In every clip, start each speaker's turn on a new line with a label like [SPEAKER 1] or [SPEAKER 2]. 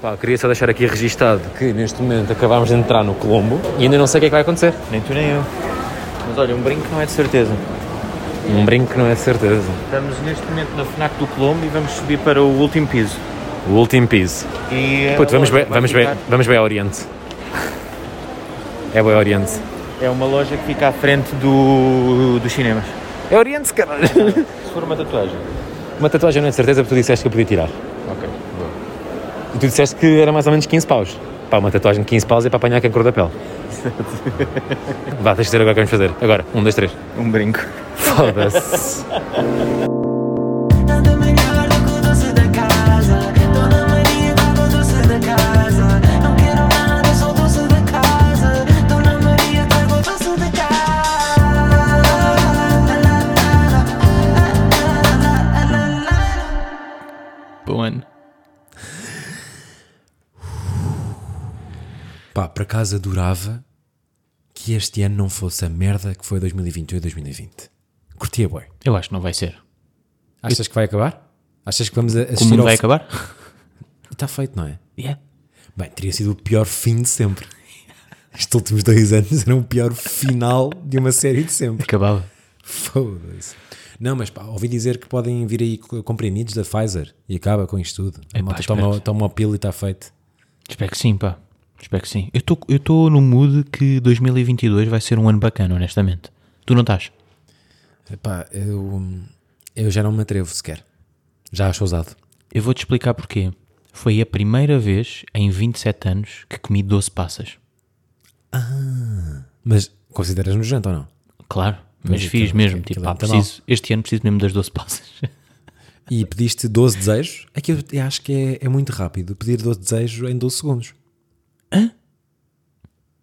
[SPEAKER 1] Pá, queria só deixar aqui registado que neste momento acabámos de entrar no Colombo e ainda não sei o que é que vai acontecer.
[SPEAKER 2] Nem tu nem eu. Mas olha, um brinco não é de certeza.
[SPEAKER 1] Um brinco não é de certeza.
[SPEAKER 2] Estamos neste momento na FNAC do Colombo e vamos subir para o último piso.
[SPEAKER 1] O último piso.
[SPEAKER 2] E, eh,
[SPEAKER 1] Puto, vamos
[SPEAKER 2] olha,
[SPEAKER 1] bem,
[SPEAKER 2] vai
[SPEAKER 1] vamos bem,
[SPEAKER 2] ficar-
[SPEAKER 1] vamos bem ao Oriente. É bem ao Oriente.
[SPEAKER 2] É uma loja que fica à frente do, dos cinemas.
[SPEAKER 1] É Oriente, caralho.
[SPEAKER 2] Se for uma tatuagem.
[SPEAKER 1] Uma tatuagem não é de certeza porque tu disseste que eu podia tirar.
[SPEAKER 2] Ok.
[SPEAKER 1] E tu disseste que era mais ou menos 15 paus. Pá, uma tatuagem de 15 paus é para apanhar cancro da pele. Vá, tens de dizer agora o que vamos fazer. Agora, um, dois, três.
[SPEAKER 2] Um brinco.
[SPEAKER 1] Foda-se.
[SPEAKER 3] Nada melhor do que o doce da casa. Dona Maria dá o doce da casa. Não quero nada, só o doce da casa. Dona Maria dá o doce da casa.
[SPEAKER 4] Bom ano.
[SPEAKER 5] Pá, por acaso adorava que este ano não fosse a merda que foi 2021 e 2020. Curtia, boy.
[SPEAKER 4] Eu acho que não vai ser.
[SPEAKER 5] Achas que vai acabar? Achas que vamos a-
[SPEAKER 4] O
[SPEAKER 5] assistir
[SPEAKER 4] mundo
[SPEAKER 5] ao
[SPEAKER 4] vai
[SPEAKER 5] fi-
[SPEAKER 4] acabar?
[SPEAKER 5] Está feito, não é?
[SPEAKER 4] Yeah.
[SPEAKER 5] Bem, teria sido o pior fim de sempre. Estes últimos dois anos eram o pior final de uma série de sempre.
[SPEAKER 4] Acabava.
[SPEAKER 5] Foda-se. Não, mas pá, ouvi dizer que podem vir aí co- compreendidos da Pfizer e acaba com isto tudo. A
[SPEAKER 4] Epá,
[SPEAKER 5] malta
[SPEAKER 4] espero.
[SPEAKER 5] toma, toma a pílula e está feito.
[SPEAKER 4] Espero que sim, pá. Espero que sim. Eu tô- eu estou no mood que 2022 vai ser um ano bacana, honestamente. Tu não estás?
[SPEAKER 5] Epá, eu, hum, eu já não me atrevo sequer. Já acho ousado.
[SPEAKER 4] Eu vou-te explicar porquê. Foi a primeira vez em 27 anos que comi 12 passas.
[SPEAKER 5] Mas consideras nojento ou não?
[SPEAKER 4] Claro, mas
[SPEAKER 5] é,
[SPEAKER 4] fiz
[SPEAKER 5] aquilo-
[SPEAKER 4] mesmo.
[SPEAKER 5] aquilo
[SPEAKER 4] Tipo,
[SPEAKER 5] é
[SPEAKER 4] pá,
[SPEAKER 5] muito
[SPEAKER 4] preciso, este ano preciso mesmo das 12 passas.
[SPEAKER 5] E pediste 12 desejos? É que eu eu acho que é, é muito rápido pedir 12 desejos em 12 segundos.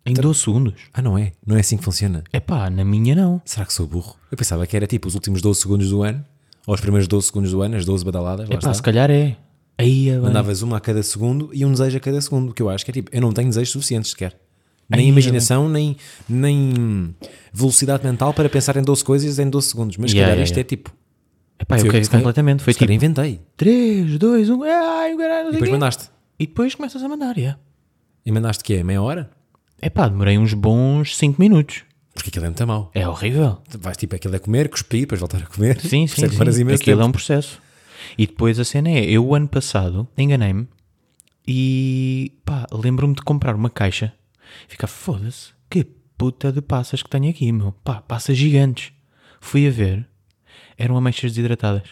[SPEAKER 4] em 12 segundos?
[SPEAKER 5] Ah, não é? Não é assim que funciona.
[SPEAKER 4] É pá, na minha não.
[SPEAKER 5] Será que sou burro? Eu pensava que era tipo os últimos 12 segundos do ano, ou os primeiros 12 segundos do ano, as 12 badaladas. lá
[SPEAKER 4] É pá,
[SPEAKER 5] está.
[SPEAKER 4] se calhar é. Aí, é bem.
[SPEAKER 5] Mandavas uma a cada segundo e um desejo a cada segundo, o que eu acho que é tipo, eu não tenho desejos suficientes sequer. Nem imaginação, nem, nem velocidade mental para pensar em 12 coisas em 12 segundos. Mas se
[SPEAKER 4] Yeah,
[SPEAKER 5] calhar
[SPEAKER 4] yeah,
[SPEAKER 5] isto
[SPEAKER 4] yeah.
[SPEAKER 5] é tipo.
[SPEAKER 4] é pá, eu
[SPEAKER 5] foi o que
[SPEAKER 4] caguei
[SPEAKER 5] se calhar-
[SPEAKER 4] completamente. Foi
[SPEAKER 5] se calhar
[SPEAKER 4] tipo
[SPEAKER 5] inventei.
[SPEAKER 4] 3, 2, 1. Ai, o caralho, não sei
[SPEAKER 5] E depois
[SPEAKER 4] quê.
[SPEAKER 5] mandaste.
[SPEAKER 4] E depois começas a mandar, é.
[SPEAKER 5] E mandaste que é meia hora?
[SPEAKER 4] É pá, demorei uns bons 5 minutos.
[SPEAKER 5] Porque aquilo é muito mau.
[SPEAKER 4] É horrível.
[SPEAKER 5] Vais tipo aquilo a comer, cuspir, depois voltar a comer.
[SPEAKER 4] Sim, sim, sim.
[SPEAKER 5] Percebe? Demoras
[SPEAKER 4] Aquilo
[SPEAKER 5] imenso tempo.
[SPEAKER 4] é um processo. E depois a cena é, eu o ano passado enganei-me e pá, lembro-me de comprar uma caixa. Fica, foda-se, que puta de passas que tenho aqui, meu. Pá, passas gigantes. Fui a ver, eram ameixas desidratadas.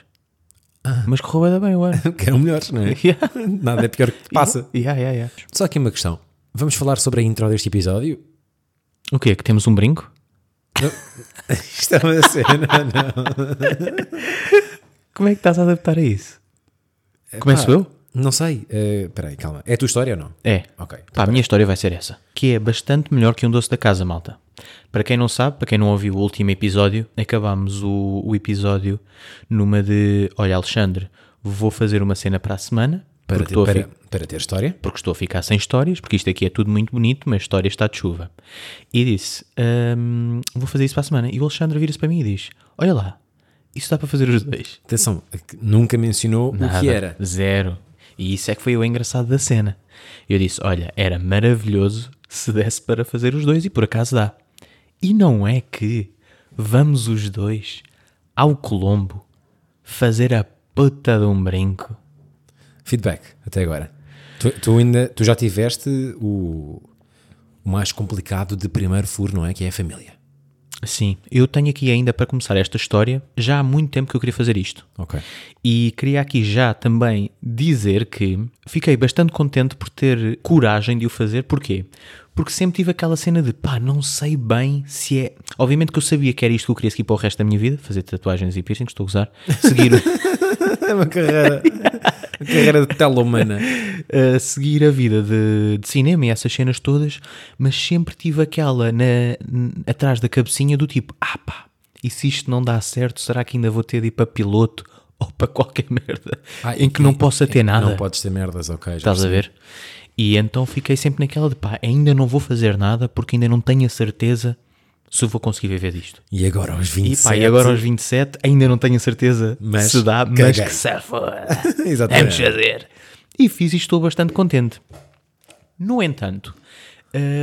[SPEAKER 4] Mas correu bué da bem o ano.
[SPEAKER 5] Que eram melhores, não é?
[SPEAKER 4] um Yeah.
[SPEAKER 5] Nada é pior que passa.
[SPEAKER 4] Yeah, yeah, yeah.
[SPEAKER 5] Só aqui uma questão. Vamos falar sobre a intro deste episódio?
[SPEAKER 4] O quê? Que temos um brinco?
[SPEAKER 5] Isto é uma cena, não.
[SPEAKER 4] Como é que estás a adaptar a isso? Começo
[SPEAKER 5] Pá,
[SPEAKER 4] eu?
[SPEAKER 5] é? Não sei. Eh, Espera aí, calma. É a tua história ou não?
[SPEAKER 4] É.
[SPEAKER 5] Ok.
[SPEAKER 4] Pá, a minha história vai ser essa, que é bastante melhor que um doce da casa, malta. Para quem não sabe, para quem não ouviu o último episódio, acabámos o, o episódio numa de, olha Alexandre, vou fazer uma cena para a semana,
[SPEAKER 5] Para,
[SPEAKER 4] porque,
[SPEAKER 5] ter,
[SPEAKER 4] estou a fi-
[SPEAKER 5] para, para ter história?
[SPEAKER 4] porque estou a ficar sem histórias, porque isto aqui é tudo muito bonito, mas história está de chuva. E disse, "Hum, vou fazer isso para a semana. E o Alexandre vira-se para mim e diz, olha lá, isso dá para fazer os dois.
[SPEAKER 5] Atenção, que nunca mencionou o que
[SPEAKER 4] Nada.
[SPEAKER 5] era.
[SPEAKER 4] Zero. E isso é que foi o engraçado da cena. Eu disse: olha, era maravilhoso se desse para fazer os dois e por acaso dá. E não é que vamos os dois ao Colombo fazer a puta de um brinco.
[SPEAKER 5] Feedback, até agora. Tu, tu ainda, tu já tiveste o, o mais complicado de primeiro furo, não é? Que é a família.
[SPEAKER 4] Sim, eu tenho aqui ainda para começar esta história. Já há muito tempo que eu queria fazer isto.
[SPEAKER 5] Ok.
[SPEAKER 4] E queria aqui já também dizer que fiquei bastante contente por ter coragem de o fazer. Porquê? Porque sempre tive aquela cena de pá, não sei bem se é. Obviamente que eu sabia que era isto que eu queria seguir para o resto da minha vida: fazer tatuagens e piercings, estou a gozar. Seguir,
[SPEAKER 5] É uma carreira, uma carreira de telomana.
[SPEAKER 4] a eh, seguir a vida de, de cinema e essas cenas todas, mas sempre tive aquela na, n- atrás da cabecinha do tipo: ah pá, e se isto não dá certo, será que ainda vou ter de ir para piloto ou para qualquer merda
[SPEAKER 5] Ah,
[SPEAKER 4] em que não possa ter nada?
[SPEAKER 5] Não podes ter merdas, ok. já
[SPEAKER 4] Estás a
[SPEAKER 5] percebi.
[SPEAKER 4] ver? E então fiquei sempre naquela de pá, ainda não vou fazer nada porque ainda não tenho a certeza se vou conseguir viver disto.
[SPEAKER 5] E agora aos
[SPEAKER 4] E
[SPEAKER 5] 27.
[SPEAKER 4] pá, e agora aos 27 ainda não tenho a certeza
[SPEAKER 5] Mas É.
[SPEAKER 4] se dá, mas
[SPEAKER 5] caguei.
[SPEAKER 4] que se foda.
[SPEAKER 5] Exatamente.
[SPEAKER 4] Vamos
[SPEAKER 5] Ah,
[SPEAKER 4] fazer. E fiz e estou bastante contente. No entanto,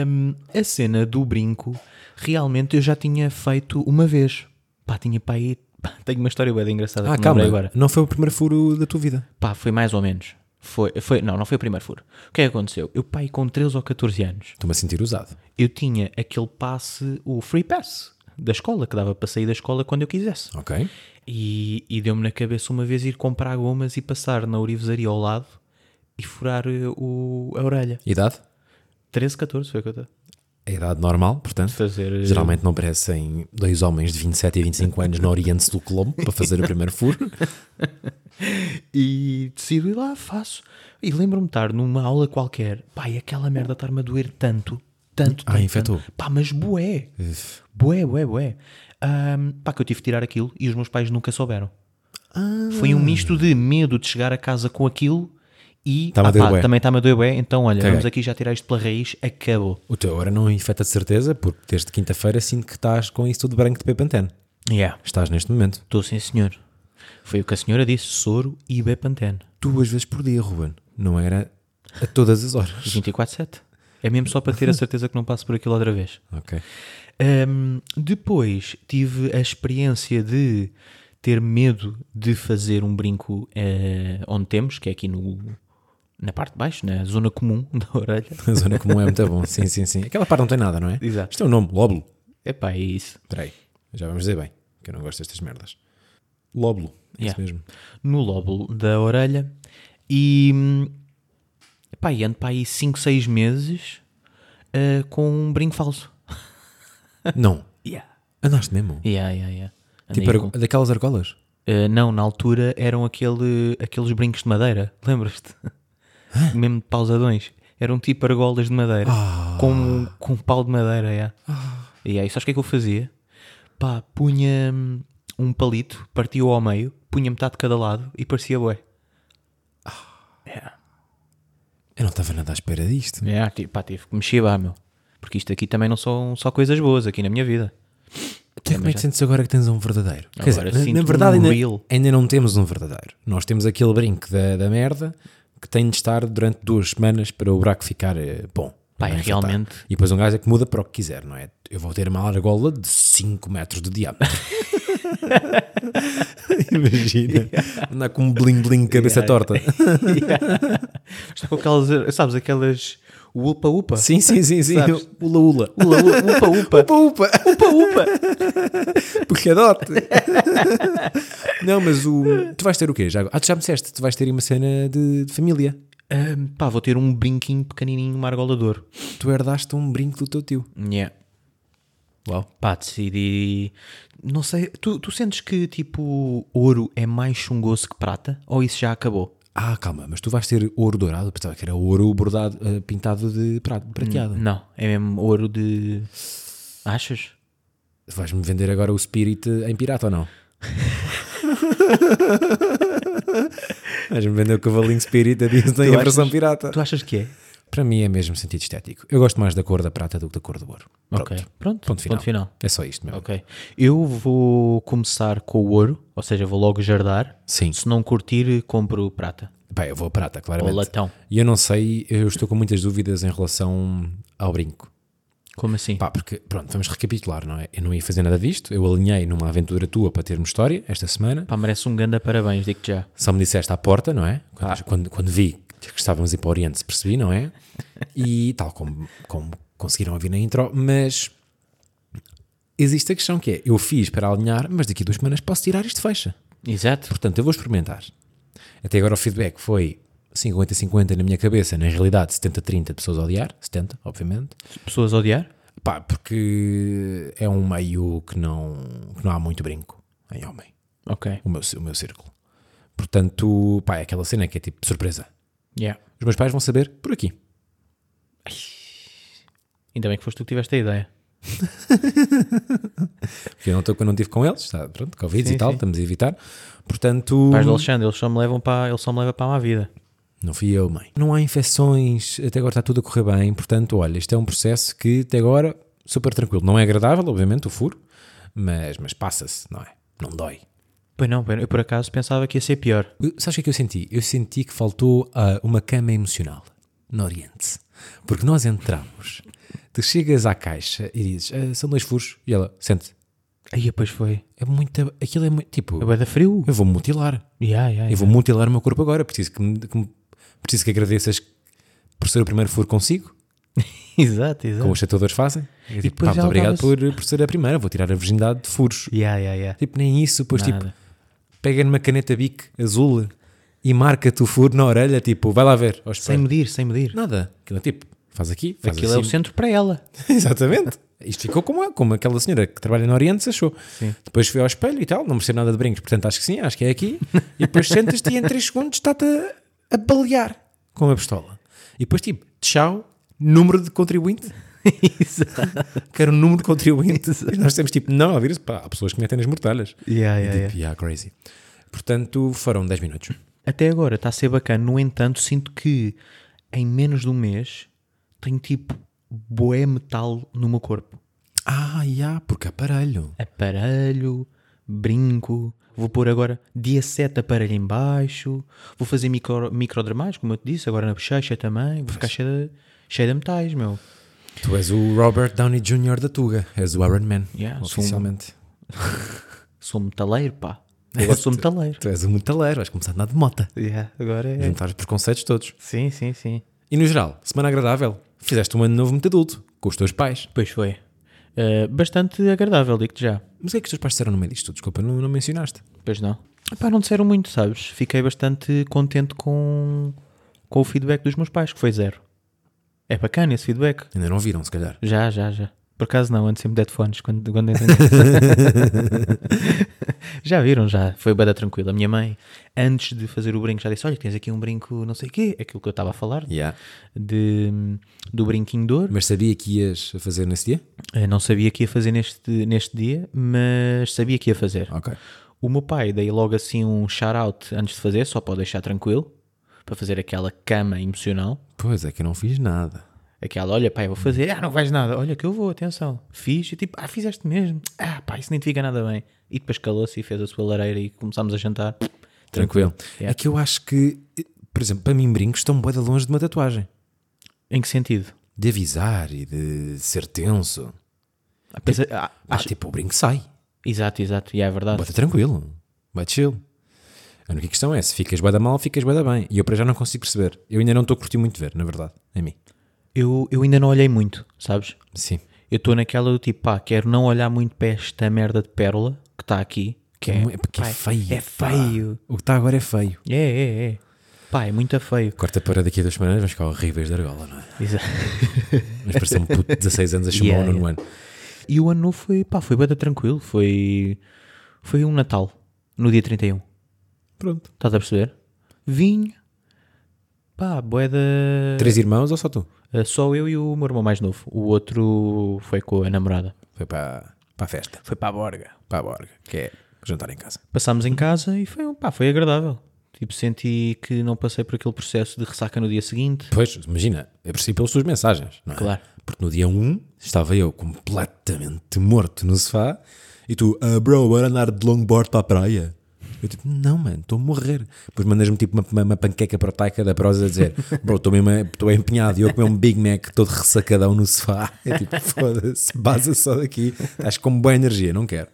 [SPEAKER 4] hum, a cena do brinco, realmente eu já tinha feito uma vez. Pá, tinha pá aí. pá, tenho uma história bem engraçada
[SPEAKER 5] Ah,
[SPEAKER 4] que me lembrei
[SPEAKER 5] calma.
[SPEAKER 4] agora.
[SPEAKER 5] Não foi o primeiro furo da tua vida.
[SPEAKER 4] Pá, foi mais ou menos. Foi, foi, não, não foi o primeiro furo. O que é que aconteceu? Eu, pai, com 13 ou 14 anos,
[SPEAKER 5] Estou-me a sentir usado.
[SPEAKER 4] eu tinha aquele passe, o free pass da escola, que dava para sair da escola quando eu quisesse.
[SPEAKER 5] Ok.
[SPEAKER 4] E, e deu-me na cabeça uma vez ir comprar gomas e passar na orivesaria ao lado e furar eh, o, a orelha.
[SPEAKER 5] Idade?
[SPEAKER 4] 13, 14 foi o que eu estava
[SPEAKER 5] A idade normal, portanto.
[SPEAKER 4] a fazer. eh,
[SPEAKER 5] Geralmente não parecem dois homens de 27 e 25 anos no Oriente do Colombo para fazer o primeiro furo.
[SPEAKER 4] E decido ir lá, faço. E lembro-me de estar numa aula qualquer, pá, e aquela merda estar-me a doer tanto, tanto, tanto.
[SPEAKER 5] Ah, infectou.
[SPEAKER 4] tanto. Pá, mas bué. Bué, bué, bué. Ahm, pá, que eu tive que tirar aquilo e os meus pais nunca souberam.
[SPEAKER 5] Ah.
[SPEAKER 4] Foi um misto de medo de chegar a casa com aquilo e ah,
[SPEAKER 5] Tá-me a doer bué.
[SPEAKER 4] também está-me a doer bué, então olha,
[SPEAKER 5] Caguei.
[SPEAKER 4] vamos aqui já tirar isto pela raiz, acabou.
[SPEAKER 5] O teu hora não infecta de certeza, porque desde quinta-feira sinto que estás com isso tudo branco de pepantene.
[SPEAKER 4] Yeah.
[SPEAKER 5] Estás neste momento.
[SPEAKER 4] Estou sim, senhor. Foi o que a senhora disse, soro e bepantene.
[SPEAKER 5] Duas vezes por dia, Ruben. Não era a todas as horas.
[SPEAKER 4] 24-7. É mesmo só para ter a certeza que não passo por aquilo outra vez.
[SPEAKER 5] ok.
[SPEAKER 4] Ahm, depois tive a experiência de ter medo de fazer um brinco eh, onde temos, que é aqui no, na parte de baixo, na zona comum da orelha.
[SPEAKER 5] A zona comum é muito bom. Sim, sim, sim. Aquela parte não tem nada, não é?
[SPEAKER 4] Exato.
[SPEAKER 5] Isto é o nome, lóbulo.
[SPEAKER 4] Epá, é isso.
[SPEAKER 5] Espera aí. Já vamos dizer bem, que eu não gosto destas merdas. Lóbulo. É
[SPEAKER 4] Yeah.
[SPEAKER 5] isso mesmo.
[SPEAKER 4] No lóbulo da orelha. E, hum, epá, e ando para aí 5, 6 meses eh, com um brinco falso.
[SPEAKER 5] Não.
[SPEAKER 4] Yeah.
[SPEAKER 5] Andaste mesmo?
[SPEAKER 4] Yeah, yeah, yeah. Andei
[SPEAKER 5] Tipo,
[SPEAKER 4] com-
[SPEAKER 5] argo- daquelas argolas?
[SPEAKER 4] Uh, não, na altura eram aquele, aqueles brincos de madeira, lembras-te? Mesmo de pausadões. Eram tipo argolas de madeira, com, com um pau de madeira, yeah. E aí, sabes o que é que eu fazia? Pá, punha hum, um palito, partia-o ao meio, punha metade de cada lado e parecia bué.
[SPEAKER 5] Eu não estava nada à espera disto.
[SPEAKER 4] Yeah, ti- pá, tive que me chibar, meu. Porque isto aqui também não são só coisas boas aqui na minha vida.
[SPEAKER 5] Tu como é que sentes agora que tens um verdadeiro? Quer
[SPEAKER 4] Agora
[SPEAKER 5] dizer, na- na
[SPEAKER 4] sinto
[SPEAKER 5] verdade
[SPEAKER 4] um
[SPEAKER 5] ainda,
[SPEAKER 4] real.
[SPEAKER 5] ainda não temos um verdadeiro. Nós temos aquele brinco da, da merda que tem de estar durante duas semanas para o buraco ficar eh, bom.
[SPEAKER 4] Pá,
[SPEAKER 5] Não é?
[SPEAKER 4] realmente.
[SPEAKER 5] E depois um gajo é que muda para o que quiser, não é? Eu vou ter uma argola de 5 metros de diâmetro. Imagina. Andar com um bling-bling cabeça torta.
[SPEAKER 4] Está é com aquelas, sabes, aquelas upa-upa.
[SPEAKER 5] Sim, sim, sim, sim.
[SPEAKER 4] Sabes?
[SPEAKER 5] Ula-ula.
[SPEAKER 4] Upa-upa.
[SPEAKER 5] Upa-upa.
[SPEAKER 4] Upa-upa.
[SPEAKER 5] Puxadote. não, mas o. Tu vais ter o quê? Já, ah, tu já me disseste, tu vais ter aí uma cena de, de família.
[SPEAKER 4] Ahm, pá, vou ter um brinquinho pequenininho, uma argola de ouro.
[SPEAKER 5] Tu herdaste um brinco do teu tio.
[SPEAKER 4] Yeah.
[SPEAKER 5] Uau.
[SPEAKER 4] Pá, decidi. Não sei, tu, tu sentes que tipo ouro é mais chungoso que prata? Ou isso já acabou?
[SPEAKER 5] Ah, calma, mas tu vais ter ouro dourado. Pensava que era ouro bordado, eh, pintado de prato, prateado.
[SPEAKER 4] Não, é mesmo ouro de. Achas?
[SPEAKER 5] Vais-me vender agora o Spirit ah, em pirata ou não? Vais-me vender o cavalinho Spirit a Disney em
[SPEAKER 4] achas-
[SPEAKER 5] versão pirata.
[SPEAKER 4] Tu achas que é?
[SPEAKER 5] Para mim é mesmo sentido estético. Eu gosto mais da cor da prata do que da cor do ouro. Pronto.
[SPEAKER 4] Ok. Pronto,
[SPEAKER 5] Ponto final.
[SPEAKER 4] Ponto final.
[SPEAKER 5] É só isto mesmo.
[SPEAKER 4] Ok. Eu vou começar com o ouro, ou seja, vou logo jardar.
[SPEAKER 5] Sim.
[SPEAKER 4] Se não curtir, compro prata.
[SPEAKER 5] Bem, eu vou a prata, claramente.
[SPEAKER 4] Ou latão.
[SPEAKER 5] E eu não sei, eu estou com muitas dúvidas em relação ao brinco.
[SPEAKER 4] Como assim?
[SPEAKER 5] Pá, porque, pronto, vamos recapitular, não é? Eu não ia fazer nada disto, eu alinhei numa aventura tua para termos história esta semana.
[SPEAKER 4] Pá, merece um ganda parabéns, digo-te já.
[SPEAKER 5] Só me disseste à porta, não é? Quando,
[SPEAKER 4] Ah.
[SPEAKER 5] quando, quando vi que estávamos a ir para o Oriente, se percebi, não é? E tal como, como conseguiram ouvir na intro, mas existe a questão que é: eu fiz para alinhar, mas daqui a duas semanas posso tirar isto fecha.
[SPEAKER 4] Exato.
[SPEAKER 5] Portanto, eu vou experimentar. Até agora o feedback foi 50-50 na minha cabeça, na realidade 70-30 de pessoas a odiar, 70, obviamente.
[SPEAKER 4] Pessoas a odiar?
[SPEAKER 5] Pá, porque é um meio que não, que não há muito brinco em homem,
[SPEAKER 4] Ok.
[SPEAKER 5] o meu, o meu círculo. Portanto, pá, é aquela cena que é tipo surpresa.
[SPEAKER 4] Yeah.
[SPEAKER 5] Os meus pais vão saber por aqui.
[SPEAKER 4] Ainda bem que foste tu que tiveste a ideia.
[SPEAKER 5] Porque eu não, estou, eu não estive com eles, está, pronto, Covid e
[SPEAKER 4] Sim,
[SPEAKER 5] tal,
[SPEAKER 4] sim.
[SPEAKER 5] estamos a evitar. Portanto,
[SPEAKER 4] Pais do Alexandre, eles só me levam para, ele só me leva para a má vida.
[SPEAKER 5] Não fui eu, mãe. Não há infecções, até agora está tudo a correr bem. Portanto, olha, isto é um processo que até agora super tranquilo. Não é agradável, obviamente, o furo, mas, mas passa-se, não é? Não dói.
[SPEAKER 4] Pois não, pois não. eu por acaso pensava que ia ser pior.
[SPEAKER 5] Eu- Sabes o que é que eu senti? Eu senti que faltou ah, uma cama emocional no Oriente. Porque nós entramos, tu chegas à caixa e dizes, "Ah, são dois furos, e ela, sente,
[SPEAKER 4] Aí depois foi.
[SPEAKER 5] é muita, aquilo é muito, tipo,
[SPEAKER 4] Eu é da frio.
[SPEAKER 5] eu vou me mutilar,
[SPEAKER 4] Yeah, yeah,
[SPEAKER 5] eu vou mutilar o meu corpo agora, preciso que, me- que me- preciso que agradeças por ser o primeiro furo consigo,
[SPEAKER 4] Exato,
[SPEAKER 5] como
[SPEAKER 4] exato.
[SPEAKER 5] os tatuadores fazem. E eu,
[SPEAKER 4] depois
[SPEAKER 5] tipo, pá, muito
[SPEAKER 4] ela
[SPEAKER 5] obrigado por,
[SPEAKER 4] dava-se-
[SPEAKER 5] por ser a primeira, vou tirar a virgindade de furos.
[SPEAKER 4] Yeah, yeah, yeah.
[SPEAKER 5] Tipo, nem isso, depois tipo,
[SPEAKER 4] Nada.
[SPEAKER 5] pega numa caneta bic azul e marca-te o furo na orelha, tipo, vai lá ver. ao
[SPEAKER 4] Sem
[SPEAKER 5] espelho.
[SPEAKER 4] medir, sem medir.
[SPEAKER 5] Nada. Aquilo é tipo, faz aqui, faz
[SPEAKER 4] Aquilo é o
[SPEAKER 5] assim.
[SPEAKER 4] centro para ela.
[SPEAKER 5] Exatamente. Isto ficou como, é, como aquela senhora que trabalha na Oriente se achou. Depois foi ao espelho e tal, não percebo nada de brincos, portanto acho que sim, acho que é aqui. E depois sentas-te e em 3 segundos está-te a, a balear com uma pistola. E depois tipo, tchau, número de contribuinte. Quero o número de contribuinte. E nós temos tipo, não, a vira-se, pá, há pessoas que metem nas mortalhas.
[SPEAKER 4] Yeah, yeah,
[SPEAKER 5] E,
[SPEAKER 4] yeah.
[SPEAKER 5] tipo, yeah, crazy. Portanto, foram 10 minutos.
[SPEAKER 4] Até agora está a ser bacana. No entanto, sinto que em menos de um mês tenho tipo boé metal no meu corpo.
[SPEAKER 5] Ah, yeah, porque aparelho.
[SPEAKER 4] Aparelho, brinco. Vou pôr agora dia 7 aparelho em baixo. Vou fazer micro, microdermais, como eu te disse, agora na bochecha também. Vou ficar cheio de, cheio de metais, meu.
[SPEAKER 5] Tu és o Robert Downey Jr. da Tuga, és o Iron Man,
[SPEAKER 4] Yeah, sou um-
[SPEAKER 5] oficialmente.
[SPEAKER 4] Sou metaleiro, pá. Agora sou metaleiro.
[SPEAKER 5] Tu és um metaleiro, vais começar a andar de mota.
[SPEAKER 4] Yeah, agora é.
[SPEAKER 5] Juntar os preconceitos todos.
[SPEAKER 4] Sim, sim, sim.
[SPEAKER 5] E no geral, semana agradável. Fizeste um ano novo muito adulto, com os teus pais.
[SPEAKER 4] Pois foi. Eh, bastante agradável, digo-te já.
[SPEAKER 5] Mas o que é que os teus pais disseram no meio disto? Desculpa, não, não mencionaste.
[SPEAKER 4] Pois não. Epá, não disseram muito, sabes? Fiquei bastante contente com, com o feedback dos meus pais, que foi zero. É bacana esse feedback.
[SPEAKER 5] Ainda não viram, se calhar.
[SPEAKER 4] Já, já, já. Por acaso não, ando sempre de headphones quando, quando entro em casa. Já viram, já. Foi bada tranquila. A minha mãe, antes de fazer o brinco, já disse: Olha, tens aqui um brinco, não sei o quê. Aquilo que eu estava a falar,
[SPEAKER 5] Yeah.
[SPEAKER 4] de, do brinquinho de ouro.
[SPEAKER 5] Mas sabia que ias a fazer nesse dia?
[SPEAKER 4] Eh, Não sabia que ia fazer neste, neste dia, mas sabia que ia fazer.
[SPEAKER 5] Ok.
[SPEAKER 4] O meu pai dei logo assim um shout-out antes de fazer, só para o deixar tranquilo, para fazer aquela cama emocional.
[SPEAKER 5] Pois é que eu não fiz nada.
[SPEAKER 4] Aquela, olha pai, eu vou fazer, ah, não vais nada, olha que eu vou, atenção. Fiz e tipo, ah, fizeste mesmo, ah, pá, isso nem te fica nada bem. E depois calou-se e fez a sua lareira e começámos a jantar.
[SPEAKER 5] Tranquilo.
[SPEAKER 4] Yeah.
[SPEAKER 5] É que eu acho que, por exemplo, para mim brincos estão bué de longe de uma tatuagem.
[SPEAKER 4] Em que sentido?
[SPEAKER 5] De avisar e de ser tenso.
[SPEAKER 4] Apesar- ah,
[SPEAKER 5] Ah, tipo, o brinco sai.
[SPEAKER 4] exato, exato, e é verdade.
[SPEAKER 5] Bota tá tranquilo, vai chill. A única questão é se ficas bada mal, ficas bada bem. E eu para já não consigo perceber. Eu ainda não estou a curtir muito ver, na verdade, em mim.
[SPEAKER 4] Eu, eu ainda não olhei muito, sabes?
[SPEAKER 5] Sim.
[SPEAKER 4] Eu estou naquela do tipo, pá, quero não olhar muito para esta merda de pérola que está aqui. Que é,
[SPEAKER 5] É porque é
[SPEAKER 4] pá,
[SPEAKER 5] feio.
[SPEAKER 4] É
[SPEAKER 5] pá.
[SPEAKER 4] feio.
[SPEAKER 5] O que está agora é feio.
[SPEAKER 4] É, é, é. Pá, é muito feio.
[SPEAKER 5] Corta para daqui a duas semanas, vamos ficar horríveis da argola, não é?
[SPEAKER 4] Exato.
[SPEAKER 5] Mas parece um puto de 16 anos a chamar um
[SPEAKER 4] Yeah,
[SPEAKER 5] o nono ano.
[SPEAKER 4] E o ano novo foi, pá, foi bada tranquilo. Foi, foi um Natal, no dia 31.
[SPEAKER 5] Pronto.
[SPEAKER 4] Estás a perceber? Vinho. Pá, boeda.
[SPEAKER 5] Três irmãos ou só tu?
[SPEAKER 4] Só eu e o meu irmão mais novo. O outro foi com a namorada.
[SPEAKER 5] Foi para, para a festa,
[SPEAKER 4] Foi para a Borga.
[SPEAKER 5] para a borga, que é jantar em casa.
[SPEAKER 4] Passámos em casa e foi, um- pá, foi agradável. Tipo, senti que não passei por aquele processo de ressaca no dia seguinte.
[SPEAKER 5] Pois, imagina, eu percebi pelas suas mensagens, não é?
[SPEAKER 4] Claro.
[SPEAKER 5] Porque no dia 1 estava eu completamente morto no sofá e tu, ah, bro, bora andar de longboard para a praia. Eu tipo, não, mano, estou a morrer. Depois mandas-me tipo uma, uma, uma panqueca proteica da prosa a dizer, bro, estou mesmo a- estou empenhado e eu comer um Big Mac todo ressacadão no sofá. É tipo, foda-se, baza só daqui, estás com boa energia, não quero.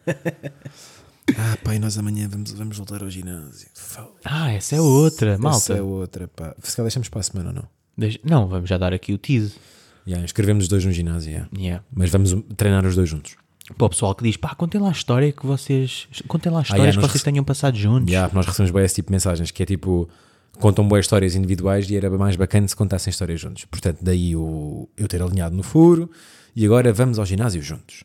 [SPEAKER 5] Ah, pai, nós amanhã vamos, vamos voltar ao ginásio. Foda-se.
[SPEAKER 4] Ah, essa é outra,
[SPEAKER 5] Essa
[SPEAKER 4] malta.
[SPEAKER 5] é outra, pá. Se calhar deixamos para a semana ou não?
[SPEAKER 4] Deixa- Não, vamos já dar aqui o tease.
[SPEAKER 5] Yeah, escrevemos os dois no ginásio, yeah.
[SPEAKER 4] Yeah.
[SPEAKER 5] mas vamos um- treinar os dois juntos.
[SPEAKER 4] Para o pessoal que diz, pá, contem lá a história que vocês. Contem lá histórias
[SPEAKER 5] yeah,
[SPEAKER 4] que
[SPEAKER 5] nós
[SPEAKER 4] vocês
[SPEAKER 5] rece-
[SPEAKER 4] tenham passado juntos.
[SPEAKER 5] Yeah, nós recebemos bem esse tipo de mensagens que é tipo contam boas histórias individuais e era mais bacana se contassem histórias juntos. Portanto, daí o, eu ter alinhado no furo e agora vamos ao ginásio juntos.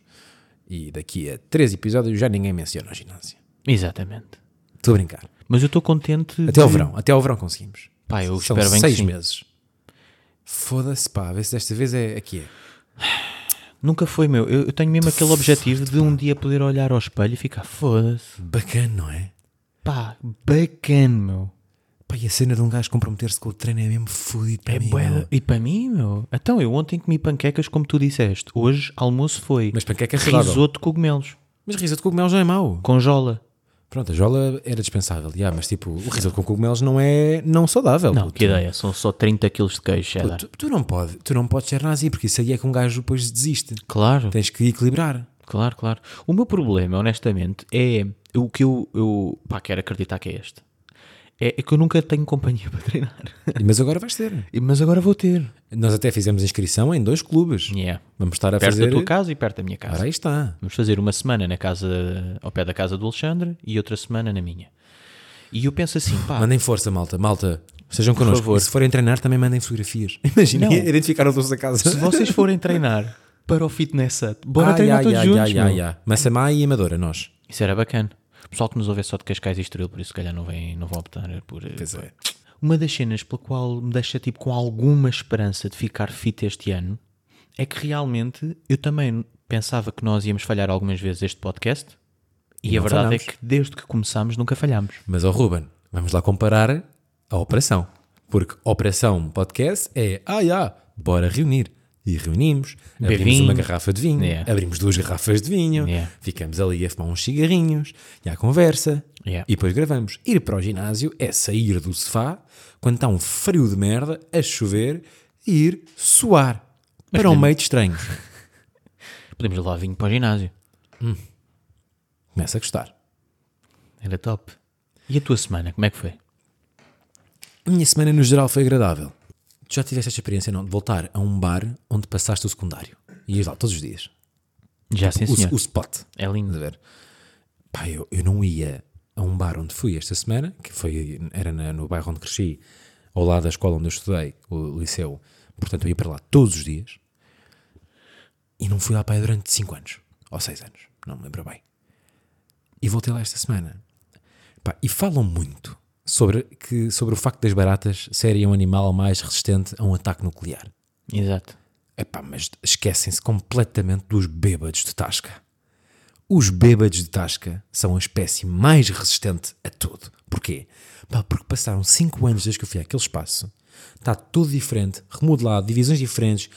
[SPEAKER 5] E daqui a três episódios já ninguém menciona o ginásio.
[SPEAKER 4] Exatamente.
[SPEAKER 5] Estou a brincar.
[SPEAKER 4] Mas eu estou contente.
[SPEAKER 5] Até
[SPEAKER 4] de-
[SPEAKER 5] ao verão, até ao verão conseguimos.
[SPEAKER 4] Pá, eu
[SPEAKER 5] São
[SPEAKER 4] espero bem
[SPEAKER 5] seis
[SPEAKER 4] que sim.
[SPEAKER 5] meses. Foda-se, pá, vê se desta vez é aqui. É.
[SPEAKER 4] Nunca foi meu. Eu, eu tenho mesmo aquele objetivo de um dia poder olhar ao espelho e ficar foda-se.
[SPEAKER 5] Bacana, não é?
[SPEAKER 4] Pá, bacana, meu.
[SPEAKER 5] Pá, e a cena de um gajo comprometer-se com o treino é mesmo fodido para
[SPEAKER 4] É
[SPEAKER 5] mim,
[SPEAKER 4] bué
[SPEAKER 5] meu.
[SPEAKER 4] da- E para mim, meu. Então, eu ontem comi panquecas, como tu disseste. Hoje, almoço foi
[SPEAKER 5] Mas panqueca é saudável.
[SPEAKER 4] risoto de cogumelos,
[SPEAKER 5] Mas risoto de cogumelo já é mau.
[SPEAKER 4] conjola.
[SPEAKER 5] Pronto, a jola era dispensável, yeah, mas tipo, o risoto com cogumelos não é não saudável.
[SPEAKER 4] Não,
[SPEAKER 5] puto.
[SPEAKER 4] que ideia, são só 30 kg de queijo cheddar.
[SPEAKER 5] Tu, tu não pode, tu não podes ser nazi, porque isso aí é que um gajo depois desiste.
[SPEAKER 4] Claro,
[SPEAKER 5] Tens que equilibrar.
[SPEAKER 4] claro, claro. O meu problema, honestamente, é o que eu, eu pá, quero acreditar que é este. É, é que eu nunca tenho companhia para treinar.
[SPEAKER 5] Mas agora vais ter.
[SPEAKER 4] E- Mas agora vou ter.
[SPEAKER 5] Nós até fizemos inscrição em dois clubes.
[SPEAKER 4] Yeah.
[SPEAKER 5] Vamos estar a
[SPEAKER 4] Perto
[SPEAKER 5] fazer.
[SPEAKER 4] da tua casa e perto da minha casa.
[SPEAKER 5] Ora, aí está.
[SPEAKER 4] Vamos fazer uma semana na casa, ao pé da casa do Alexandre e outra semana na minha. E eu penso assim, pá,
[SPEAKER 5] Mandem força, malta. Malta, sejam connosco.
[SPEAKER 4] favor.
[SPEAKER 5] E se forem treinar, também mandem fotografias. Imagina,
[SPEAKER 4] Não.
[SPEAKER 5] identificar os dois da casa.
[SPEAKER 4] se vocês forem treinar para o Fitness Hut, bora treinar todos juntos. meu.
[SPEAKER 5] Massamá e Amadora, nós.
[SPEAKER 4] Isso era bacana. O pessoal que nos ouve é só de Cascais e Estoril, por isso se calhar não, vem, não vão optar por... eh,
[SPEAKER 5] Pois é.
[SPEAKER 4] Uma das cenas pela qual me deixa tipo com alguma esperança de ficar fit este ano é que realmente eu também pensava que nós íamos falhar algumas vezes este podcast e,
[SPEAKER 5] E
[SPEAKER 4] a
[SPEAKER 5] não
[SPEAKER 4] verdade é
[SPEAKER 5] falhamos.
[SPEAKER 4] que desde que começámos nunca falhámos.
[SPEAKER 5] Mas, ó Ruben, vamos lá comparar a operação. Porque operação podcast é, ah, já, bora reunir. E reunimos, abrimos
[SPEAKER 4] vinho.
[SPEAKER 5] uma garrafa de vinho,
[SPEAKER 4] Yeah.
[SPEAKER 5] abrimos duas garrafas de vinho,
[SPEAKER 4] Yeah.
[SPEAKER 5] ficamos ali a fumar uns cigarrinhos, e à conversa,
[SPEAKER 4] Yeah.
[SPEAKER 5] e depois gravamos. Ir para o ginásio é sair do sofá quando está um frio de merda, a chover, e ir suar para um meio de estranhos.
[SPEAKER 4] Podemos levar vinho para o ginásio.
[SPEAKER 5] Começa a gostar.
[SPEAKER 4] Era top. E a tua semana, como é que foi?
[SPEAKER 5] A minha semana no geral foi agradável. Tu já tiveste esta experiência, não? De voltar a um bar onde passaste o secundário. E ias lá todos os dias.
[SPEAKER 4] Já sim,
[SPEAKER 5] O-
[SPEAKER 4] senhor.
[SPEAKER 5] o, spot.
[SPEAKER 4] É lindo.
[SPEAKER 5] Estás a ver? Pá, eu, eu não ia a um bar onde fui esta semana, que foi, era na- no bairro onde cresci, ao lado da escola onde eu estudei, o liceu. Portanto, eu ia para lá todos os dias. E não fui lá para aí durante 5 anos. Ou 6 anos. Não me lembro bem. E voltei lá esta semana. Pá, e falam muito sobre, que, sobre o facto das baratas serem um animal mais resistente a um ataque nuclear.
[SPEAKER 4] Exato.
[SPEAKER 5] Epá, mas esquecem-se completamente dos bêbados de Tasca. Os bêbados de Tasca são a espécie mais resistente a tudo. Porquê? Pá, porque passaram 5 anos desde que eu fui àquele espaço. Está tudo diferente, remodelado, divisões diferentes,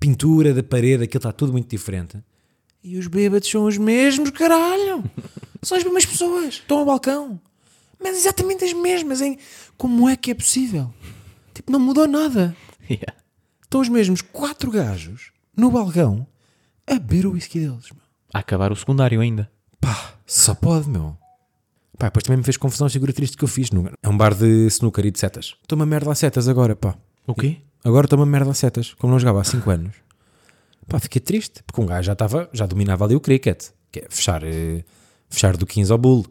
[SPEAKER 5] pintura da parede, aquilo está tudo muito diferente. E os bêbados são os mesmos, caralho! São as mesmas pessoas, estão ao balcão. Mas exatamente as mesmas, hein? Como é que é possível? Tipo, não mudou nada.
[SPEAKER 4] Yeah.
[SPEAKER 5] Estão os mesmos quatro gajos no balcão a beber o whisky deles, meu.
[SPEAKER 4] A acabar o secundário ainda.
[SPEAKER 5] Pá, só pode, meu. Pá, depois também me fez confusão a figura triste que eu fiz. No... É um bar de snooker e de setas. Estou uma merda a setas agora, pá.
[SPEAKER 4] O quê?
[SPEAKER 5] Agora estou uma merda a setas, como não jogava há cinco anos. Pá, fiquei triste, porque um gajo já, estava, já dominava ali o cricket, que é fechar, eh, fechar do 15 ao bulo.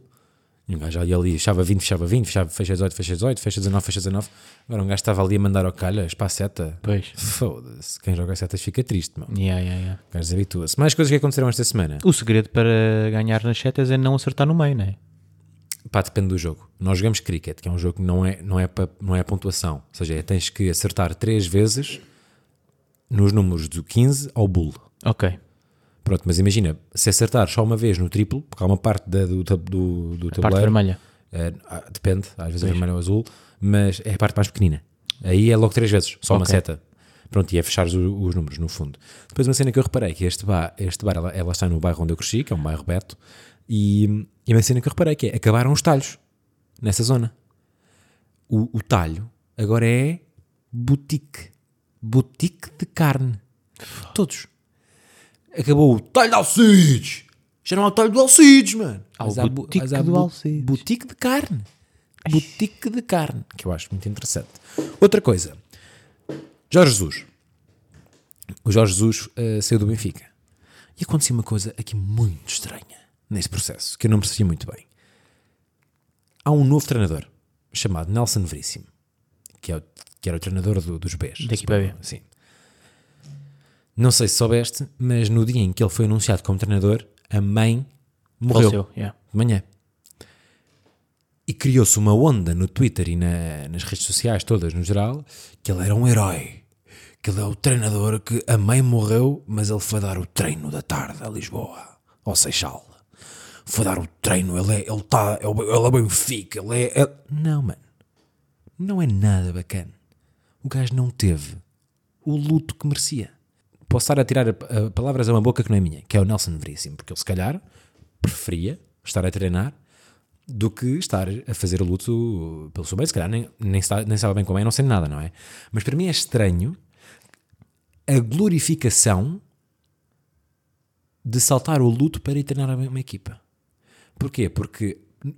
[SPEAKER 5] E um gajo ali, ali fechava 20, fechava 20, fechava, fecha 18, fecha 18, fecha 19, fecha 19. Agora um gajo estava ali a mandar ao calhas para a seta.
[SPEAKER 4] Pois.
[SPEAKER 5] Foda-se, quem joga setas fica triste, meu.
[SPEAKER 4] Yeah, yeah, yeah.
[SPEAKER 5] O gajo desabitua-se. Mais coisas que aconteceram esta semana.
[SPEAKER 4] O segredo para ganhar nas setas é não acertar no meio, não é?
[SPEAKER 5] Pá, depende do jogo. Nós jogamos cricket, que é um jogo que não é, não é, pa- não é pontuação. Ou seja, é, tens que acertar três vezes nos números do 15 ao bull.
[SPEAKER 4] Ok.
[SPEAKER 5] Pronto, mas imagina, se acertar só uma vez no triplo, porque há uma parte da- do, tab- do, do
[SPEAKER 4] Parte
[SPEAKER 5] tabuleiro.
[SPEAKER 4] vermelha.
[SPEAKER 5] eh, ah, depende, às vezes é vermelho ou azul, mas é a parte mais pequenina. Aí é logo três vezes, só uma
[SPEAKER 4] Ok.
[SPEAKER 5] seta. Pronto, e é fechar os, os números, no fundo. Depois uma cena que eu reparei, que este bar, este bar ela, ela está no bairro onde eu cresci, que é um bairro Beto, e, e uma cena que eu reparei que é, acabaram os talhos nessa zona. O, o talho agora é boutique. Boutique de carne. Todos. Acabou o talho de Alcides. Já não há o talho do Alcides, mano.
[SPEAKER 4] Há o
[SPEAKER 5] Mas bu-
[SPEAKER 4] boutique
[SPEAKER 5] mas há
[SPEAKER 4] do
[SPEAKER 5] bu-
[SPEAKER 4] Alcides.
[SPEAKER 5] Boutique de carne. Boutique de carne. Que eu acho muito interessante. Outra coisa. Jorge Jesus. O Jorge Jesus eh, saiu do Benfica. E aconteceu uma coisa aqui muito estranha nesse processo, que eu não percebi muito bem. Há um novo treinador chamado Nelson Veríssimo, que, é o- que era o treinador do- dos Bs.
[SPEAKER 4] Da equipa B.
[SPEAKER 5] Sim. Não sei se soubeste, mas no dia em que ele foi anunciado como treinador, a mãe morreu
[SPEAKER 4] Faleceu, yeah.
[SPEAKER 5] de manhã. E criou-se uma onda no Twitter e na- nas redes sociais todas no geral que ele era um herói. Que ele é o treinador que a mãe morreu, mas ele foi dar o treino da tarde a Lisboa, ao Seixal. Foi dar o treino, ele é, ele tá, ele, ele é Benfica, ele é. ele- Não, mano. Não é nada bacana. O gajo não teve o luto que merecia. Posso estar a tirar a- a palavras a uma boca que não é minha, que é o Nelson Veríssimo, porque ele se calhar preferia estar a treinar do que estar a fazer luto pelo seu bem, se calhar nem, nem, está, nem sabe bem como é, não sei nada, não é? Mas para mim é estranho a glorificação de saltar o luto para ir treinar uma equipa. Porquê? Porque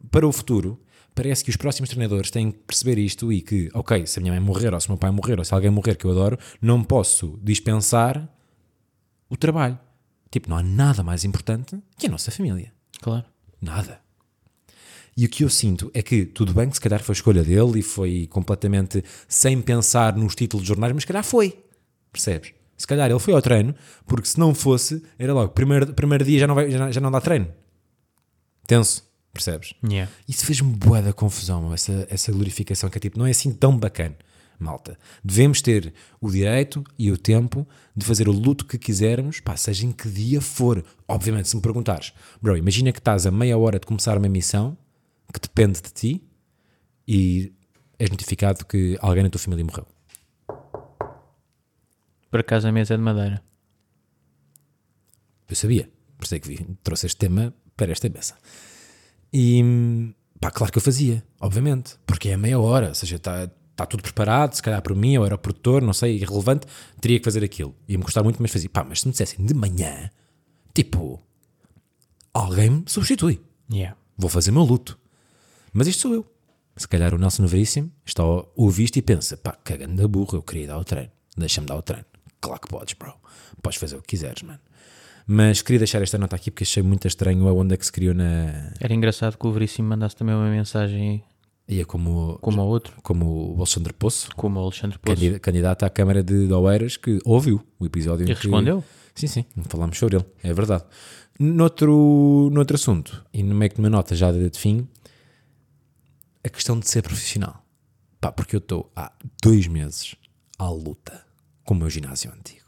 [SPEAKER 5] para o futuro parece que os próximos treinadores têm que perceber isto e que, ok, se a minha mãe morrer ou se o meu pai morrer ou se alguém morrer que eu adoro, não posso dispensar o trabalho. Tipo, não há nada mais importante que a nossa família.
[SPEAKER 4] Claro.
[SPEAKER 5] Nada. E o que eu sinto é que, tudo bem que se calhar foi escolha dele e foi completamente sem pensar nos títulos de jornais, mas se calhar foi. Percebes? Se calhar ele foi ao treino, porque se não fosse, era logo, primeiro, primeiro dia já não, vai, já, não- já não dá treino. Tenso. Percebes?
[SPEAKER 4] Yeah.
[SPEAKER 5] Isso fez-me boa da confusão, meu, essa, essa glorificação, que é tipo, não é assim tão bacana, malta. Devemos ter o direito e o tempo de fazer o luto que quisermos, pá, seja em que dia for. Obviamente, se me perguntares, bro, imagina que estás a meia hora de começar uma missão que depende de ti e és notificado que alguém na tua família morreu.
[SPEAKER 4] Por acaso a mesa é de madeira.
[SPEAKER 5] Eu sabia, por isso é que vim, trouxe este tema para esta mesa. E pá, claro que eu fazia, obviamente, porque é a meia hora, ou seja, está tá tudo preparado, se calhar por mim, eu era produtor, não sei, irrelevante, teria que fazer aquilo. Ia-me custar muito, mas fazia. Pá, mas se me dissessem de manhã, tipo, alguém me substitui,
[SPEAKER 4] Yeah.
[SPEAKER 5] vou fazer o meu luto. Mas isto sou eu. Se calhar o Nelson Veríssimo está a ouvir-te e pensa, pá, cagando da burra, eu queria dar o treino, deixa-me dar o treino. Claro que podes, bro, podes fazer o que quiseres, mano. Mas queria deixar esta nota aqui porque achei muito estranho a onda que se criou na.
[SPEAKER 4] Era engraçado que o Veríssimo mandasse também uma mensagem
[SPEAKER 5] E é como,
[SPEAKER 4] como ao outro,
[SPEAKER 5] como o Alexandre Poço,
[SPEAKER 4] como o Alexandre Poço.
[SPEAKER 5] candida- candidato à Câmara de, de Oeiras, que ouviu o episódio. em
[SPEAKER 4] E
[SPEAKER 5] que-
[SPEAKER 4] respondeu?
[SPEAKER 5] Sim, sim, falámos sobre ele, é verdade. Noutro, noutro assunto, e no meio de uma nota já de, de fim, a questão de ser profissional. Pá, porque eu estou há dois meses à luta com o meu ginásio antigo.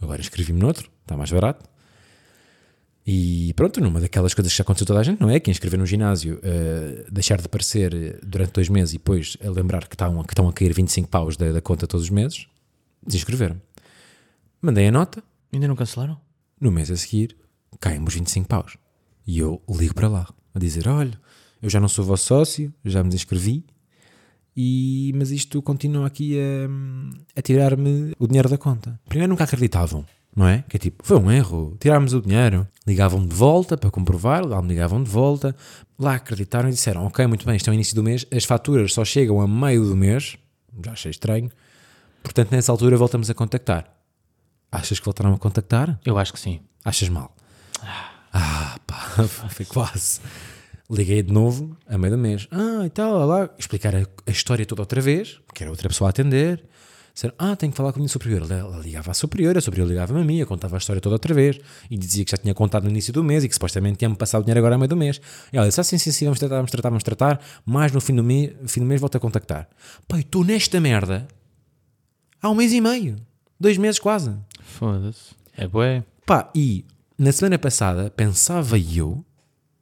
[SPEAKER 5] Agora inscrevi-me noutro, está mais barato. E pronto, numa daquelas coisas que já aconteceu a toda a gente, não é? Quem inscrever no ginásio, eh, deixar de aparecer eh, durante dois meses e depois a lembrar que estão, que estão a cair 25 paus da, da conta todos os meses, desinscreveram. Mandei a nota,
[SPEAKER 4] Ainda não cancelaram?
[SPEAKER 5] no mês a seguir caem-me os 25 paus. E eu ligo para lá a dizer: olha, eu já não sou vosso sócio, já me desinscrevi, e, mas isto continua aqui a, a tirar-me o dinheiro da conta. Primeiro nunca acreditavam, não é? Que é tipo, foi um erro, tirámos o dinheiro. Ligavam de volta para comprovar, lá me ligavam de volta, lá acreditaram e disseram, ok, muito bem, isto é o início do mês, as faturas só chegam a meio do mês, já achei estranho, portanto nessa altura voltamos a contactar. Achas que voltaram a contactar?
[SPEAKER 4] Eu acho que sim.
[SPEAKER 5] Achas mal? Ah, pá, foi quase. Liguei de novo, a meio do mês. Ah, e tal, lá, lá. Explicar a, a história toda outra vez, porque era outra pessoa a atender. Disseram, ah, tenho que falar com a minha superior. Ela, ela ligava à superior, a superior ligava-me a mim, eu contava a história toda outra vez. E dizia que já tinha contado no início do mês e que supostamente tinha-me passado o dinheiro agora a meio do mês. E ela disse, ah, sim, sim, sim, vamos tratar, vamos tratar, vamos tratar. Mas no fim do, mês fim do mês volto a contactar. Pai, estou nesta merda há um mês e meio. Dois meses quase.
[SPEAKER 4] Foda-se. É bué.
[SPEAKER 5] Pá, e na semana passada pensava eu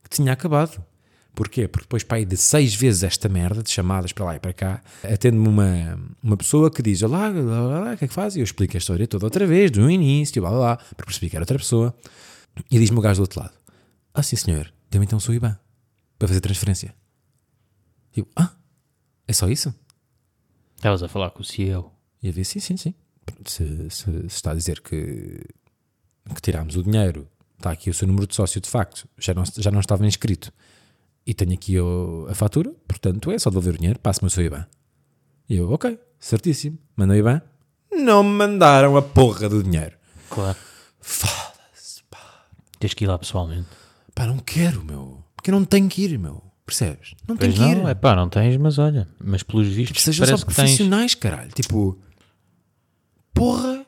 [SPEAKER 5] que tinha acabado. Porquê? Porque depois, pá, aí de seis vezes esta merda de chamadas para lá e para cá, atende-me uma, uma pessoa que diz: Olá, blá, blá, blá, o que é que faz? E eu explico a história toda outra vez, do início, blá blá blá, porque percebi que era outra pessoa. E diz-me o gajo do outro lado: Ah, sim senhor, dê-me então o seu IBAN para fazer transferência. E eu: Ah, é só isso?
[SPEAKER 4] Estavas a falar com o CEO.
[SPEAKER 5] E eu disse, sim, sim, sim. Se, se- se está a dizer que, que tirámos o dinheiro, está aqui o seu número de sócio, de facto, já não, já não estava inscrito, e tenho aqui o- a fatura, portanto é só devolver o dinheiro, passe-me o seu IBAN. E eu, ok, certíssimo, mandei o IBAN. Não me mandaram a porra do dinheiro.
[SPEAKER 4] Claro. Tens que ir lá pessoalmente.
[SPEAKER 5] Pá, não quero, meu. Porque eu não tenho que ir, meu. Percebes? Não tenho
[SPEAKER 4] Pois
[SPEAKER 5] que ir.
[SPEAKER 4] não, é pá, não tens, mas olha. Mas pelos vistos
[SPEAKER 5] Sejam
[SPEAKER 4] parece
[SPEAKER 5] só
[SPEAKER 4] que tens.
[SPEAKER 5] profissionais, caralho. Tipo, porra.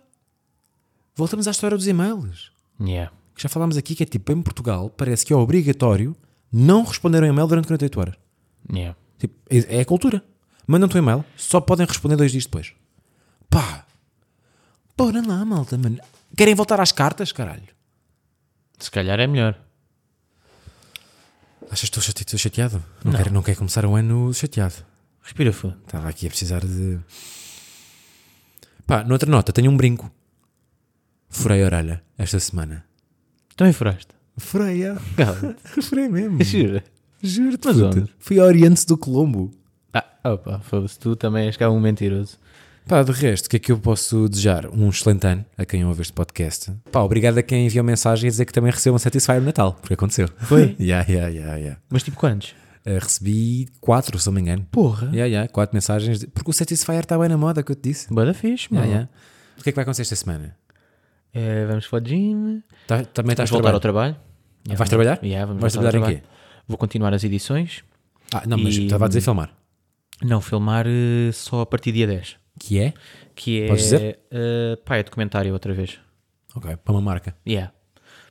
[SPEAKER 5] Voltamos à história dos e-mails.
[SPEAKER 4] Yeah.
[SPEAKER 5] que já falámos aqui, que é tipo, em Portugal, parece que é obrigatório não responder um e-mail durante 48 horas.
[SPEAKER 4] Yeah.
[SPEAKER 5] Tipo, é é a cultura. Mandam-te um e-mail, só podem responder dois dias depois. Pá! Bora lá, malta, mano. Querem voltar às cartas, caralho?
[SPEAKER 4] Se calhar é melhor.
[SPEAKER 5] Achas que estou chate- estou chateado? Não, Quero, não quero começar o ano chateado.
[SPEAKER 4] Respira fundo.
[SPEAKER 5] Estava aqui a precisar de. Pá, noutra nota, tenho um brinco. Furei a orelha esta semana.
[SPEAKER 4] Também furaste.
[SPEAKER 5] Furei, a-
[SPEAKER 4] Cala-te.
[SPEAKER 5] furei mesmo.
[SPEAKER 4] Jura?
[SPEAKER 5] Juro-te,
[SPEAKER 4] Mas
[SPEAKER 5] puta.
[SPEAKER 4] onde?
[SPEAKER 5] Fui a Oriente do Colombo.
[SPEAKER 4] Ah, opa, foda-se, tu também és cá um mentiroso.
[SPEAKER 5] Pá, de resto, o que é que eu posso desejar? Um excelente ano a quem ouve este podcast. Pá, obrigado a quem enviou mensagem a dizer que também recebeu um Satisfyer no Natal, porque aconteceu.
[SPEAKER 4] Foi?
[SPEAKER 5] yeah, yeah, yeah, yeah.
[SPEAKER 4] Mas tipo quantos?
[SPEAKER 5] Uh, recebi quatro, se não me engano.
[SPEAKER 4] Porra.
[SPEAKER 5] Yeah, yeah, quatro mensagens. de- Porque o Satisfyer está bem na moda, que eu te disse.
[SPEAKER 4] Bada fixe, mano.
[SPEAKER 5] Yeah, yeah. O que é que vai acontecer esta semana?
[SPEAKER 4] É, vamos para o gym.
[SPEAKER 5] Tá- também estás
[SPEAKER 4] Vais
[SPEAKER 5] a
[SPEAKER 4] voltar
[SPEAKER 5] trabalhar?
[SPEAKER 4] ao trabalho.
[SPEAKER 5] Ah, vais trabalhar?
[SPEAKER 4] Yeah, vamos
[SPEAKER 5] Vais
[SPEAKER 4] voltar ao
[SPEAKER 5] trabalhar em
[SPEAKER 4] Vou continuar as edições.
[SPEAKER 5] Ah, não, mas
[SPEAKER 4] E-
[SPEAKER 5] estava a dizer filmar.
[SPEAKER 4] Não, filmar eh, só a partir de dia 10.
[SPEAKER 5] Que é?
[SPEAKER 4] Que é.
[SPEAKER 5] Podes dizer?
[SPEAKER 4] eh, pá, é documentário outra vez.
[SPEAKER 5] Ok, para uma marca.
[SPEAKER 4] Yeah.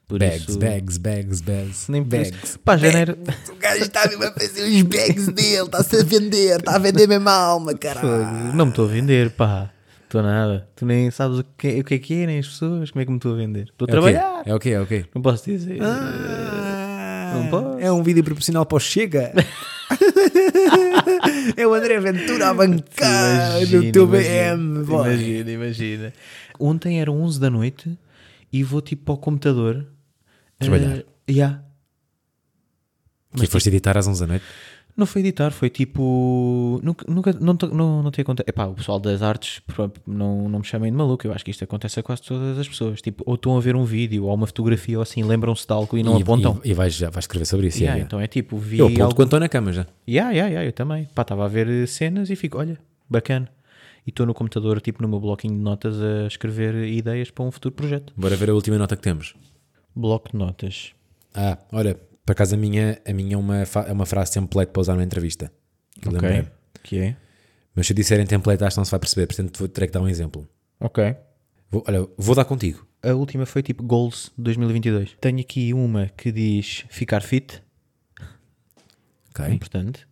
[SPEAKER 4] Por
[SPEAKER 5] Bags,
[SPEAKER 4] isso-
[SPEAKER 5] bags, bags, bags.
[SPEAKER 4] Nem por isso.
[SPEAKER 5] bags.
[SPEAKER 4] Pá, janeiro.
[SPEAKER 5] O gajo está mesmo a fazer os bags dele, está-se a vender, está a vender mesmo a alma, caralho.
[SPEAKER 4] Não me estou a vender, pá. Estou nada. Tu nem sabes o que, é- o que é que é, nem as pessoas. Como é que me estou a vender? Estou a
[SPEAKER 5] É o quê? Ah.
[SPEAKER 4] trabalhar.
[SPEAKER 5] É o quê? É o quê?
[SPEAKER 4] Não posso dizer. não posso.
[SPEAKER 5] É um vídeo proporcional para o Chega. é o André Ventura a bancar no teu BM. boy.
[SPEAKER 4] Imagina, imagina. Ontem eram 11 da noite e vou tipo ao computador.
[SPEAKER 5] Trabalhar.
[SPEAKER 4] Eh, yeah.
[SPEAKER 5] Que foste editar às 11 da noite?
[SPEAKER 4] Não foi editar, foi tipo. Nunca, nunca não, te- não, não tenho conta. Epá, o pessoal das artes pro- não, não me chamem de maluco. Eu acho que isto acontece a quase todas as pessoas. Tipo, ou estão a ver um vídeo ou uma fotografia ou assim, lembram-se de algo e não
[SPEAKER 5] e,
[SPEAKER 4] apontam.
[SPEAKER 5] E, e vais, já vais escrever sobre isso.
[SPEAKER 4] Yeah,
[SPEAKER 5] yeah, yeah.
[SPEAKER 4] Então é tipo, vi
[SPEAKER 5] Eu aponto
[SPEAKER 4] algo.
[SPEAKER 5] quando estou na cama já.
[SPEAKER 4] Yeah, yeah, yeah, eu também. Pá, estava a ver eh, cenas e fico, olha, bacana. E estou no computador, tipo no meu bloquinho de notas, a escrever ideias para um futuro projeto.
[SPEAKER 5] Bora ver a última nota que temos.
[SPEAKER 4] Bloco de notas.
[SPEAKER 5] Ah, olha, por acaso a minha, a minha é, uma, fa- é uma frase template para usar na entrevista. Que lembrei.
[SPEAKER 4] Que é?
[SPEAKER 5] Mas se eu disserem template, acho que não se vai perceber, portanto vou- terei que dar um exemplo.
[SPEAKER 4] Ok.
[SPEAKER 5] Vou- olha, vou dar contigo.
[SPEAKER 4] A última foi tipo Goals 2022. Tenho aqui uma que diz ficar fit,
[SPEAKER 5] Ok.
[SPEAKER 4] importante.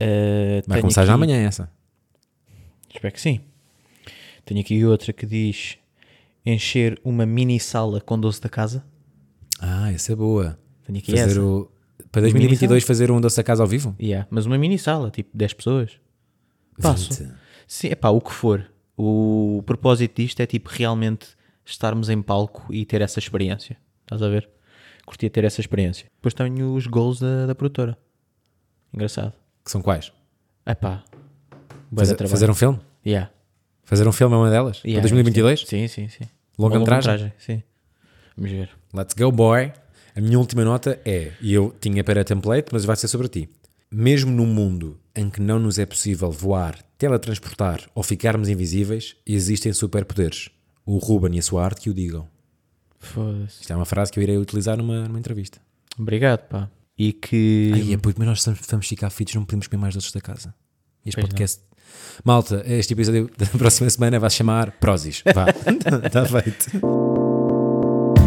[SPEAKER 4] Uh,
[SPEAKER 5] Vai
[SPEAKER 4] tenho
[SPEAKER 5] começar
[SPEAKER 4] aqui-
[SPEAKER 5] já amanhã essa.
[SPEAKER 4] Espero que sim. Tenho aqui outra que diz encher uma mini sala com doce da casa.
[SPEAKER 5] Ah, essa é boa.
[SPEAKER 4] Tenho aqui
[SPEAKER 5] Fazer
[SPEAKER 4] essa.
[SPEAKER 5] o, para 2022 fazer um doce a casa ao vivo?
[SPEAKER 4] Yeah, mas uma mini sala, tipo 10 pessoas. Passo.
[SPEAKER 5] 20.
[SPEAKER 4] Sim, é pá, o que for. O propósito disto é tipo realmente estarmos em palco e ter essa experiência. Estás a ver? Curtia ter essa experiência. Depois tenho os goals da, da produtora. Engraçado.
[SPEAKER 5] Que são quais?
[SPEAKER 4] É pá. Bué de
[SPEAKER 5] Fazer,
[SPEAKER 4] trabalho.
[SPEAKER 5] fazer um filme?
[SPEAKER 4] Yeah,
[SPEAKER 5] Fazer um filme é uma delas? Para
[SPEAKER 4] yeah,
[SPEAKER 5] 2022?
[SPEAKER 4] Sim, sim, sim.
[SPEAKER 5] Longa
[SPEAKER 4] Uma
[SPEAKER 5] metragem?
[SPEAKER 4] longa-metragem, Sim. Vamos ver.
[SPEAKER 5] Let's go, boy. A minha última nota é, e eu tinha para a template, mas vai ser sobre ti. Mesmo num mundo em que não nos é possível voar, teletransportar ou ficarmos invisíveis, existem superpoderes. O Ruben e a sua arte que o digam.
[SPEAKER 4] Foda-se.
[SPEAKER 5] Isto é uma frase que eu irei utilizar numa, numa entrevista.
[SPEAKER 4] Obrigado, pá. E que.
[SPEAKER 5] Ai, é puto, mas nós estamos- vamos ficar fitos, não podemos comer mais doces da casa. E este podcast. Malta, este episódio da próxima Tá semana vai se chamar Prozis. Vá, está feito.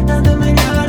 [SPEAKER 3] Nada melhor